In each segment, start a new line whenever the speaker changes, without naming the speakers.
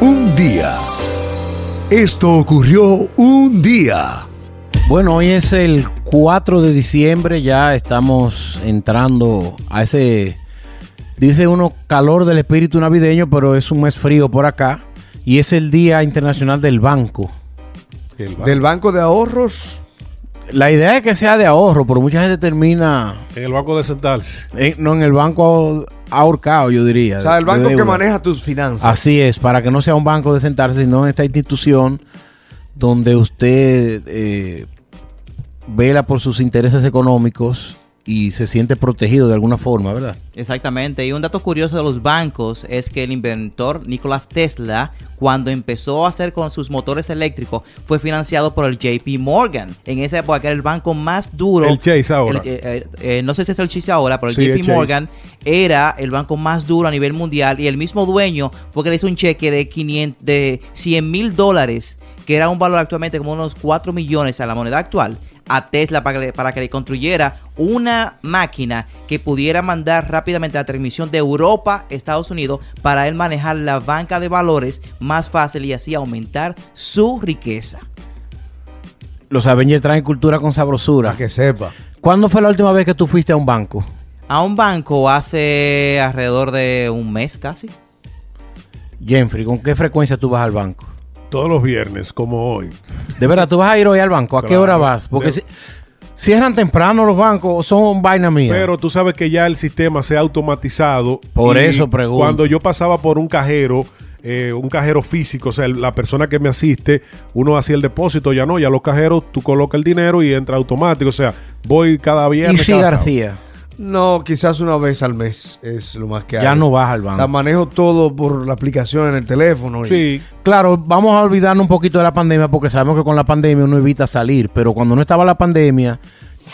Un día. Esto ocurrió un día.
Bueno, hoy es el 4 de diciembre, ya estamos entrando a ese, dice uno, calor del espíritu navideño, pero es un mes frío por acá. Y es el Día Internacional del Banco.
Del banco de ahorros.
La idea es que sea de ahorro, pero mucha gente termina
En el banco de sentarse.
en- no en el banco ahorcado, yo diría.
O sea, el
de
banco que
deuda.
maneja tus finanzas.
Así es, para que no sea un banco de sentarse, sino en esta institución donde usted eh, vela por sus intereses económicos y se siente protegido de alguna forma, ¿verdad?
Exactamente. Y un dato curioso de los bancos es que el inventor Nikola Tesla, cuando empezó a hacer con sus motores eléctricos, fue financiado por el JP Morgan. En esa época que era el banco más duro.
El Chase ahora.
El- eh, eh, eh, no sé si es el Chase ahora, pero el
Sí, el
JP
Chase.
Morgan era el banco más duro a nivel mundial y el mismo dueño fue que le hizo un cheque de 500, de 100 mil dólares, que era un valor actualmente como unos 4 millones a la moneda actual, a Tesla para que, le, para que le construyera una máquina que pudiera mandar rápidamente la transmisión de Europa a Estados Unidos para él manejar la banca de valores más fácil y así aumentar su riqueza.
Los Avengers traen cultura con sabrosura.
Para que sepa.
¿Cuándo fue la última vez que tú fuiste a un banco?
A un banco hace alrededor de un mes casi.
Jeffrey, ¿con qué frecuencia tú vas al banco?
Todos los viernes, como hoy.
De verdad, tú vas a ir hoy al banco. ¿A qué
Claro.
hora vas? Porque
De-
si- cierran temprano los bancos o son vaina mía.
Pero tú sabes que ya el sistema se ha automatizado.
Por
y
eso pregunto.
Cuando yo pasaba por un cajero, eh, un cajero físico, o sea, el- la persona que me asiste, uno hacía el depósito, ya no, ya los cajeros, tú colocas el dinero y entra automático. O sea, voy cada
y
viernes.
sí,
cada sábado.
García,
No, quizás una vez al mes es lo más que
ya
hago.
no vas al
La
banco.
manejo todo por la aplicación en el teléfono. y-
Sí.
Claro, vamos a olvidarnos un poquito de la pandemia porque sabemos que con la pandemia uno evita salir, pero cuando no estaba la pandemia,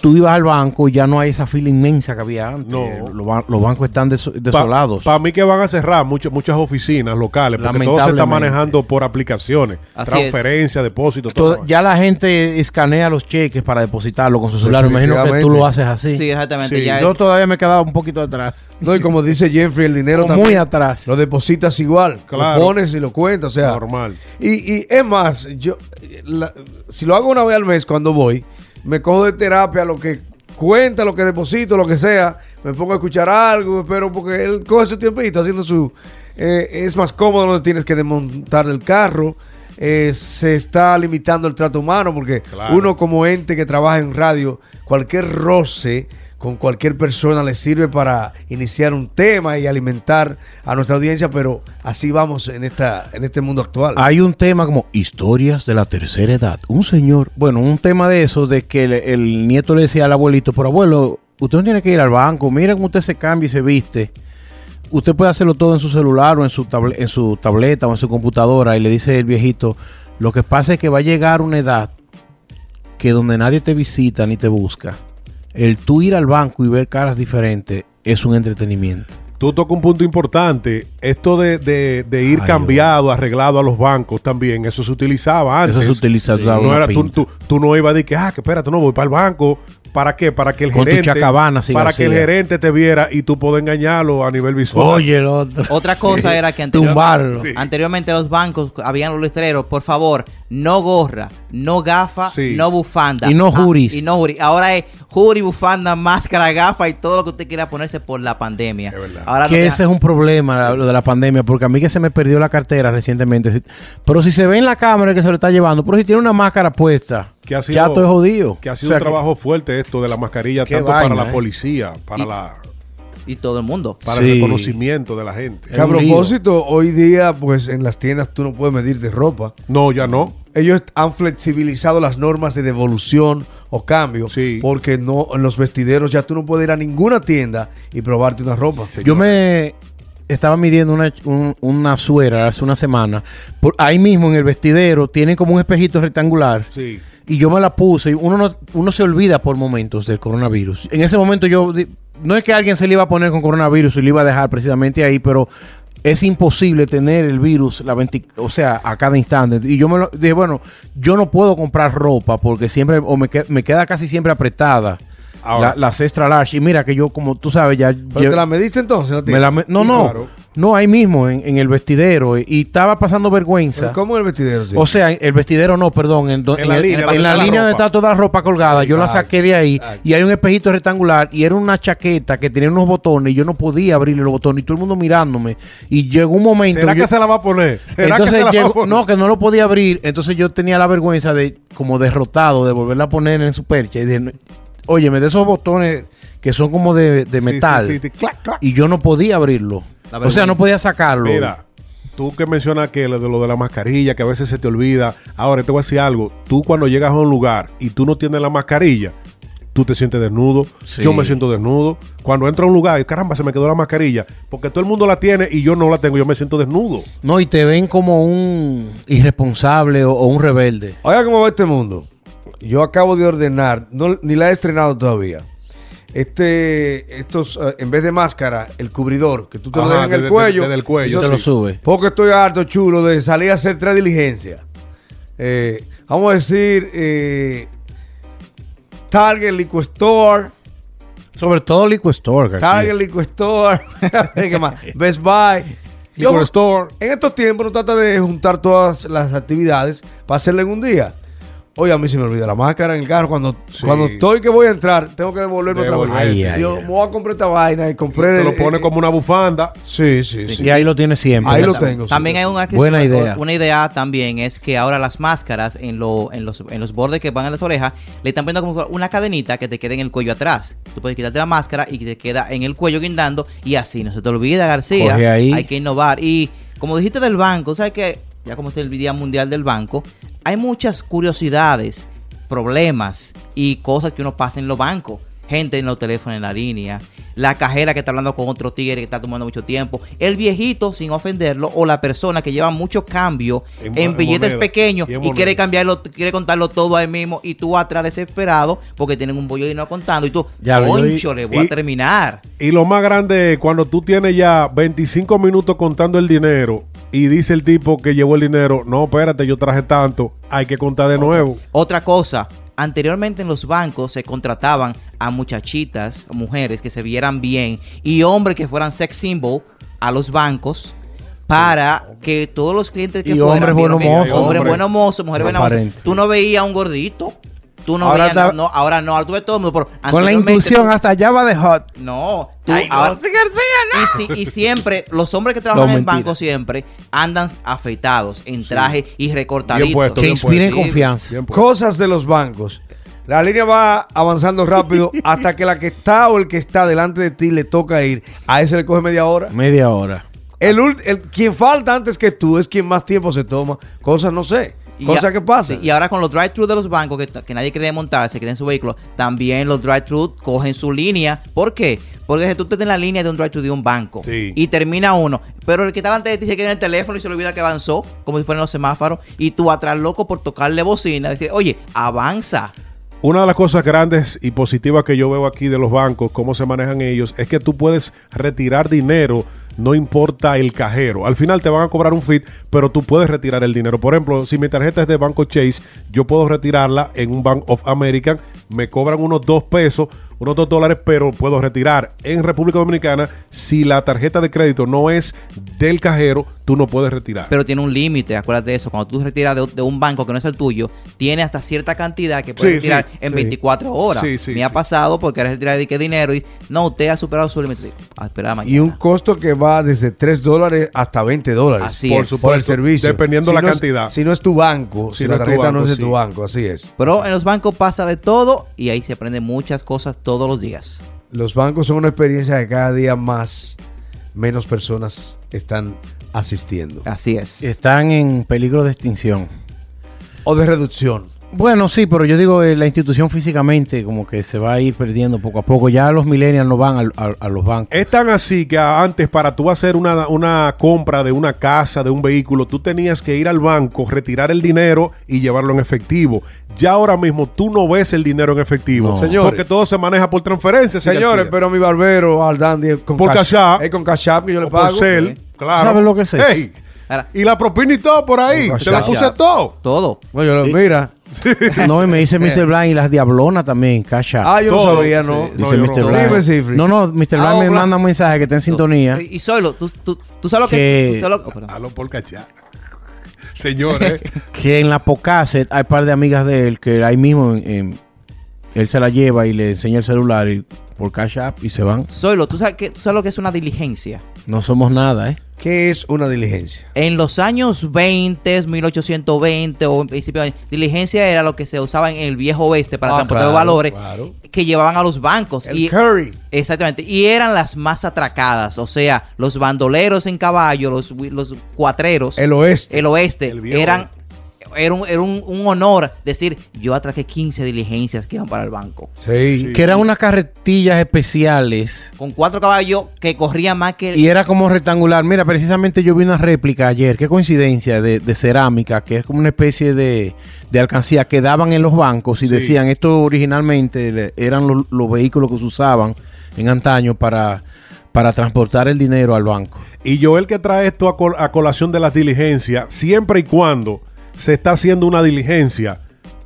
tú ibas al banco y ya no hay esa fila inmensa que había antes.
No.
Eh, Los, ban- los bancos están des- desolados.
Para mí que van a cerrar muchas muchas oficinas locales, porque todo se está
Lamentablemente.
manejando por aplicaciones,
Así
transferencia, depósito,
To-
todo.
ya la gente escanea los cheques para depositarlo con su celular. Me imagino que tú lo haces así.
Sí, exactamente.
Sí,
ya
Yo todavía me he quedado un poquito atrás.
No, y como dice Jeffrey, el dinero
O
también
muy atrás.
Lo depositas igual.
Claro.
Lo pones y lo cuentas. O sea,
Normal.
Y, y es más, yo eh, la- si lo hago una vez al mes cuando voy, me cojo de terapia lo que cuenta, lo que deposito, lo que sea, me pongo a escuchar algo, espero porque él coge su tiempito haciendo su... eh, es más cómodo, no tienes que desmontar el carro. eh, se está limitando el trato humano porque
Claro.
uno como ente que trabaja en radio, cualquier roce con cualquier persona le sirve para iniciar un tema y alimentar a nuestra audiencia, pero así vamos en esta en este mundo actual.
Hay un tema como historias de la tercera edad. Un señor, bueno, un tema de eso, de que el, el nieto le decía al abuelito, pero abuelo, usted no tiene que ir al banco, miren cómo usted se cambia y se viste. Usted puede hacerlo todo en su celular o en su, table- en su tableta o en su computadora. Y le dice el viejito, lo que pasa es que va a llegar una edad que donde nadie te visita ni te busca. El tú ir al banco y ver caras diferentes es un entretenimiento.
Tú tocas un punto importante. Esto de, de- de ir
Ay,
cambiado, arreglado a los bancos también, eso se utilizaba antes.
Eso se utiliza. tú sabes,
No
una
era, tú,
pinta.
tú- tú no ibas a decir que, ah, que espérate, no voy para el banco. ¿Para qué? Para que el
Con tu
gerente.
chacabana, sí,
para
García.
que el gerente te viera y tú puedas engañarlo a nivel visual.
Oye, el otro.
Otra cosa era que anteriormente,
Tumbarlo.
anteriormente los bancos habían los letreros, por favor, no gorra, no gafa,
Sí.
no bufanda.
Y no
Ah,
juris.
y no juris. Ahora es juris, bufanda, máscara, gafa y todo lo que usted quiera ponerse por la pandemia.
Es verdad.
Ahora no
que
deja-
ese es un problema, lo de la pandemia, porque a mí que se me perdió la cartera recientemente. Si- Pero si se ve en la cámara el que se lo está llevando, pero si tiene una máscara puesta,
Que ha sido-
ya estoy jodido.
Que ha
O
sido
sea,
un trabajo fuerte esto de la mascarilla,
Qué
tanto
vaina,
para la
eh.
policía, para,
Y-
la,
y todo el mundo.
para
Sí.
el reconocimiento de la gente.
Que a propósito, hoy día, pues en las tiendas tú no puedes medirte ropa.
No, ya no.
Ellos han flexibilizado las normas de devolución o cambio.
Sí.
Porque no, en los vestideros ya tú no puedes ir a ninguna tienda y probarte una ropa.
Yo me estaba midiendo una, un- una suera hace una semana. Por, ahí mismo en el vestidero tienen como un espejito rectangular.
Sí.
Y yo me la puse. y Uno, no, uno se olvida por momentos del coronavirus. En ese momento yo... di- No es que alguien se le iba a poner con coronavirus y le iba a dejar precisamente ahí, pero es imposible tener el virus, la 20 o sea, a cada instante. Y yo me lo, dije, bueno, yo no puedo comprar ropa porque siempre, o me, que- me queda casi siempre apretada.
Ahora.
la- las extra large. Y mira que yo, como tú sabes, ya...
¿Pero
lle-
te la mediste entonces? la
me
tienda?
la me- no,
Sí,
no.
claro.
No, ahí mismo, en, en el vestidero. Y estaba pasando vergüenza.
¿Cómo es el vestidero? sí?
O sea, el vestidero no, perdón. En, do-
En
en
la
el-
línea,
en
la-
la
la
línea donde
ropa.
está toda la ropa colgada. Yo la
Exacto.
saqué de ahí. Y hay un espejito rectangular. Y era una chaqueta que tenía unos botones. Y yo no podía abrirle los botones. Y todo el mundo mirándome. Y llegó un momento.
¿Será
yo-
que se la va a poner? ¿Será que
entonces
se la va a
llegó,
poner?
no, que no lo podía abrir. Entonces yo tenía la vergüenza de, como derrotado, de volverla a poner en su percha. Y dije, óyeme, de esos botones que son como de, de
Sí,
metal.
sí, sí, clac, clac.
Y yo no podía abrirlo.
La
O sea, no podía sacarlo.
Mira, tú que mencionas que lo de lo de la mascarilla, que a veces se te olvida. Ahora te voy a decir algo. Tú cuando llegas a un lugar y tú no tienes la mascarilla, tú te sientes desnudo.
Sí.
Yo me siento desnudo. Cuando entro a un lugar, y caramba, se me quedó la mascarilla. Porque todo el mundo la tiene y yo no la tengo. Yo me siento desnudo.
No, y te ven como un irresponsable o, o un rebelde.
Oiga cómo va este mundo. Yo acabo de ordenar, no- ni la he estrenado todavía. Este, estos, eh, en vez de máscara, el cubridor, que tú te lo
Ajá,
dejas en el
desde-
cuello.
desde el cuello,
Yo
te lo sube.
Porque estoy harto, chulo, de salir a hacer tres diligencias. Eh, vamos a decir, eh, Target Liquor Store,
Sobre todo Liquid Store, García.
Target Liquor Store, ¿qué más? Best Buy. Yo-
Liquor Store.
en estos tiempos no trata de juntar todas las actividades para hacerla en un día. Oye, a mí se me olvida la máscara en el carro. Cuando,
Sí.
cuando estoy que voy a entrar, tengo que devolverme otra vez.
Devolverte.
Ay, ay,
Yo
ay.
me voy a comprar esta vaina y compré.
Te lo
el- eh,
pone
el-
como una bufanda.
Sí, sí, sí.
Y ahí lo tienes siempre.
Ahí lo
Exacto.
tengo, sí,
También
sí,
hay
sí.
una, que-
Buena idea.
una idea también es que ahora las máscaras en, lo, en, los, en los bordes que van a las orejas le están poniendo como una cadenita que te quede en el cuello atrás. Tú puedes quitarte la máscara y te queda en el cuello guindando y así. No se te olvida, García.
Coge ahí.
Hay que innovar. Y como dijiste del banco, ¿sabes que Ya como es el Día Mundial del Banco, hay muchas curiosidades, problemas y cosas que uno pasa en los bancos. Gente en los teléfonos en la línea, la cajera que está hablando con otro tigre que está tomando mucho tiempo, el viejito sin ofenderlo o la persona que lleva mucho cambio
En
en,
mo- en
billetes
moneda,
pequeños
y
y,
en moneda.
quiere cambiarlo, quiere contarlo todo ahí mismo y tú atrás desesperado porque tienen un bollo y no contando y tú,
Ya lo-
concho, le voy
y-
a terminar.
Y lo más grande es cuando tú tienes ya 25 minutos contando el dinero y dice el tipo que llevó el dinero, no, espérate, yo traje tanto, hay que contar de nuevo.
Otra cosa, anteriormente en los bancos se contrataban a muchachitas, mujeres que se vieran bien y hombres que fueran sex symbol a los bancos para que todos los clientes que
Y
fueran
hombres buenos
vieran bien.
mozos.
hombres
Hombres.
buenos mozos, mujeres buenas mozas.
Aparente.
Tú no veías un gordito. Tú no
Ahora
veías,
está-
no, no, ahora no, ahora tú ves todo el mundo, pero
Con la
anteriormente
inclusión
tú-
hasta allá va de hot.
No, tú
ah,
ahora- Y, si- y siempre, los hombres que trabajan
No,
en
mentira.
banco siempre andan afeitados, en traje y recortaditos.
Bien puesto,
Que
bien
inspiren
puesto.
confianza.
Bien, pues.
Cosas de los bancos. La línea va avanzando rápido hasta que la que está o el que está delante de ti le toca ir. A ese le coge media hora.
Media hora.
El, ult- el- quien falta antes que tú es quien más tiempo se toma. Cosas, no sé.
Y
Cosas
a-
que pasan.
sí, y ahora con los drive-thru de los bancos, que, que nadie quiere montar, se queda en su vehículo, también los drive-thru cogen su línea. ¿Por qué? Porque si tú estás en la línea de un drive-thru de un banco
Sí.
y termina uno, pero el que está delante de ti se queda en el teléfono y se le olvida que avanzó, como si fueran los semáforos, y tú atrás loco por tocarle bocina, decir, oye, avanza.
Una de las cosas grandes y positivas que yo veo aquí de los bancos, cómo se manejan ellos, es que tú puedes retirar dinero, no importa el cajero. Al final te van a cobrar un fit, pero tú puedes retirar el dinero. Por ejemplo, si mi tarjeta es de Banco Chase, yo puedo retirarla en un Bank of American, me cobran unos dos pesos, unos dos dólares, pero puedo retirar. En República Dominicana, si la tarjeta de crédito no es del cajero, tú no puedes retirar.
Pero tiene un límite, acuérdate de eso. Cuando tú retiras de, de un banco que no es el tuyo, tiene hasta cierta cantidad que puedes
Sí,
retirar
sí,
en
sí.
24 horas.
Sí, sí,
Me ha
sí.
pasado porque ahora retirar de qué dinero y no, usted ha superado su límite. A esperar mañana.
Y un costo que va desde 3 dólares hasta 20 dólares.
Así
por
es.
supuesto. Por el servicio.
Dependiendo
Si
la
no es-
cantidad.
si no es tu banco, si,
Si no
la
es tu
tarjeta no
banco,
es de
sí.
tu banco, así es.
Pero en los bancos pasa de todo y ahí se aprenden muchas cosas todos los días.
Los bancos son una experiencia que cada día más, menos personas están asistiendo.
Así
Eh,
es.
Están en peligro de extinción.
O de reducción.
Bueno, sí, pero yo digo, eh, la institución físicamente como que se va a ir perdiendo poco a poco. Ya los millennials no van al- a, a los bancos.
Es tan así que antes para tú hacer una, una compra de una casa, de un vehículo, tú tenías que ir al banco, retirar el dinero y llevarlo en efectivo. Ya ahora mismo tú no ves el dinero en efectivo.
No.
Señores.
Porque todo se maneja por transferencia.
Señores, pero mi barbero, al Dandy, es con
Por Cash App.
Es con Cash App que yo le
Por
pago. ¿Eh?
Cel, claro.
¿Sabes lo que es eso?
Ey,
Ahora,
y la propina y todo por ahí.
Por
Te la
Cash
puse
App.
todo.
todo.
Bueno, yo le-
Y-
mira,
No, y me dice Mr. Blind y las diablonas también, cacha.
Ah, yo
Todo,
no sabía,
sí.
¿no?
No,
Dice
yo
Mr.
no.
Blind.
Dime, Cifri.
No, no, Mr.
Ah,
Blind me
hola.
manda un mensaje que está en sintonía.
Y solo, tú, tú, tú sabes lo que.
Que-
tú sabes lo- oh, perdón.
Halo por cachar. Señores,
Que en la Pocaset hay par de amigas de él que ahí mismo en- en- él se la lleva y le enseña el celular y- por Cash App y se van.
Zoilo, ¿tú sabes, que, tú sabes lo que es una diligencia.
No somos nada, ¿eh?
¿Qué es una diligencia?
En los años 20, 1820 o en principio, de- diligencia era lo que se usaba en el viejo oeste para
Ah,
transportar
claro,
valores
claro.
que llevaban a los bancos.
El
y,
curry.
Exactamente, y eran las más atracadas, o sea, los bandoleros en caballo, los, wi- los cuatreros, el,
El oeste.
oeste,
El viejo
eran, era, un, era un- un honor decir, yo atraqué 15 diligencias que iban para el banco.
Sí.
Que eran unas carretillas especiales
Con cuatro caballos que corrían más que...
Y era como rectangular. Mira, precisamente yo vi una réplica ayer, qué coincidencia, de, de cerámica, que es como una especie de, de alcancía que daban en los bancos y
Sí.
decían, esto originalmente le- eran lo- los vehículos que se usaban en antaño para, para transportar el dinero al banco.
y Joel que trae esto a, col- a colación de las diligencias, siempre y cuando se está haciendo una diligencia,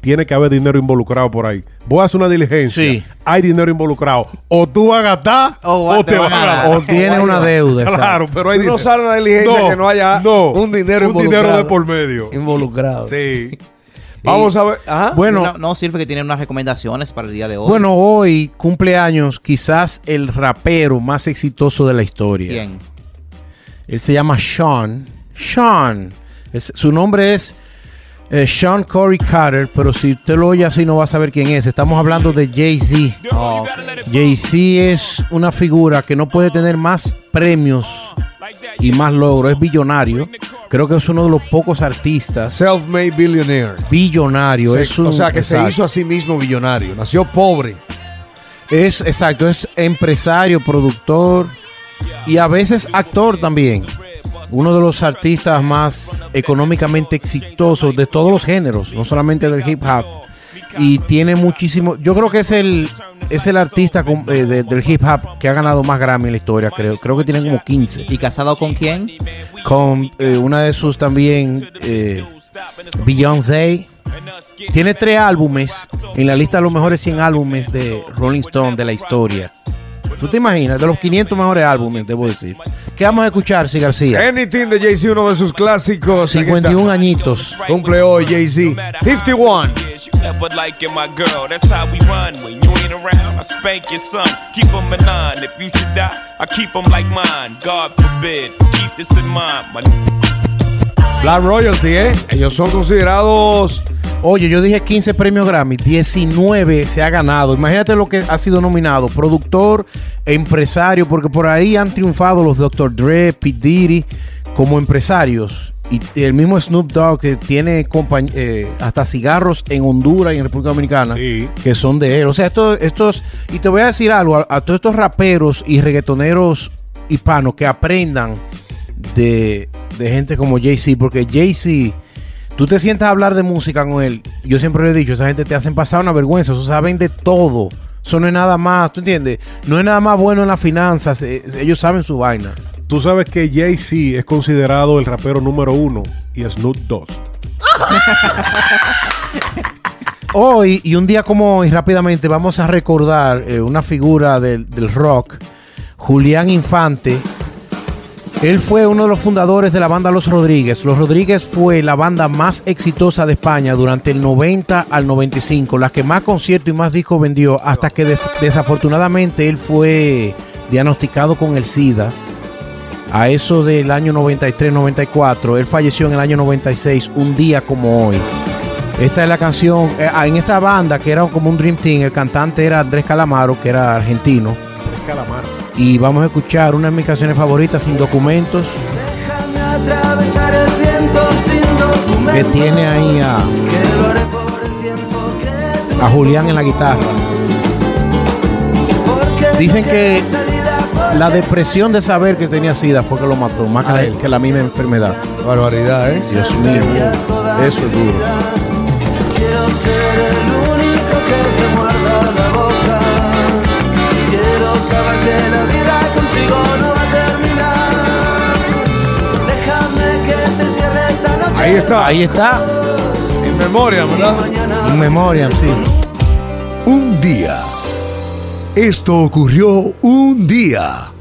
tiene que haber dinero involucrado por ahí. Voy a hacer una diligencia,
Sí.
hay dinero involucrado. O tú vas a gastar
Oh,
O
o,
va-
te vas a ganar.
O tienes una deuda. exacto.
Claro, pero hay
Tú no
dinero.
sabes una diligencia que no haya un dinero
un dinero de
involucrado.
por medio.
Involucrado.
Sí.
Vamos a ver. Ajá.
Bueno,
No, no sirve que tienen unas recomendaciones para el día de hoy.
bueno, hoy cumpleaños quizás el rapero más exitoso de la historia.
Bien.
Él se llama Sean. Sean. Es- su nombre es eh, Sean Corey Carter, pero si usted lo oye así no va a saber quién es. Estamos hablando de Jay-Z.
Oh,
Jay-Z es una figura que no puede tener más premios y más logros. Es billonario. Creo que es uno de los pocos artistas.
Self-made billionaire.
Billonario.
Se-
es un-
o sea, que
exacto.
se hizo a sí mismo millonario. Nació pobre.
Es exacto, es empresario, productor y a veces actor también. Uno de los artistas más económicamente exitosos de todos los géneros, no solamente del hip hop. Y tiene muchísimo. Yo creo que es el es el artista con- eh, de- del hip hop que ha ganado más Grammy en la historia, creo. Creo que tiene como 15.
¿Y casado con quién?
Con eh, una de sus también, eh, Beyoncé. Tiene tres álbumes en la lista de los mejores 100 álbumes de Rolling Stone de la historia. ¿Tú te imaginas? De los 500 mejores álbumes, debo decir. ¿Qué vamos a escuchar, sí, García?
Anything de Jay-Z, uno de sus clásicos. pues Aquí está.
51 añitos.
Cumple hoy Jay-Z. 51.
But like in my girl, that's how we run. When you ain't around, I spank your son. Keep him a nine. If you should die, I keep him like mine. God forbid. Keep this in mind. My
Black Royalty, ¿eh? Ellos son considerados.
Oye, yo dije 15 premios Grammy, 19 se ha ganado. Imagínate lo que ha sido nominado, productor, empresario, porque por ahí han triunfado los Dr. Dre, P. Diddy como empresarios. Y el mismo Snoop Dogg que tiene compañ- eh, hasta cigarros en Honduras y en República Dominicana
Sí.
que son de él. O sea, estos, estos, y te voy a decir algo, a, a todos estos raperos y reggaetoneros hispanos que aprendan de, de gente como Jay-Z, porque Jay-Z, tú te sientas a hablar de música con él, yo siempre le he dicho, esa gente te hacen pasar una vergüenza, eso saben de todo. Eso no es nada más, ¿tú entiendes? No es nada más bueno en las finanzas, eh, ellos saben su vaina.
Tú sabes que Jay-Z es considerado el rapero número uno y Snoop dos.
Hoy y un día como hoy rápidamente vamos a recordar eh, una figura del, del rock, Julián Infante. Él fue uno de los fundadores de la banda Los Rodríguez. Los Rodríguez fue la banda más exitosa de España durante el 90 al 95, la que más conciertos y más discos vendió, hasta que des- desafortunadamente él fue diagnosticado con el SIDA. A eso del año 93-94, él falleció en el año 96, un día como hoy. Esta es la canción. eh, ah, en esta banda, que era como un Dream Team, el cantante era Andrés Calamaro, que era argentino.
Es calamar.
Y vamos a escuchar una de mis canciones favoritas, Sin Documentos,
Déjame atravesar el viento sin documento.
que tiene ahí a,
Que lo haré por el tiempo que tú
a Julián en la guitarra.
porque
Dicen
no
que
quieres salida, porque
La depresión de saber que tenía SIDA fue que lo mató, más que, la, que la misma enfermedad.
Barbaridad, ¿eh?
Dios mío, eso es duro.
Quiero ser el único que te muerda la boca. Quiero saber que la vida contigo no va a terminar. Déjame que te cierre esta noche.
Ahí está.
Ahí está.
En memoria, ¿verdad?
Mañana
Un memoriam, sí.
Un día. Esto ocurrió un día.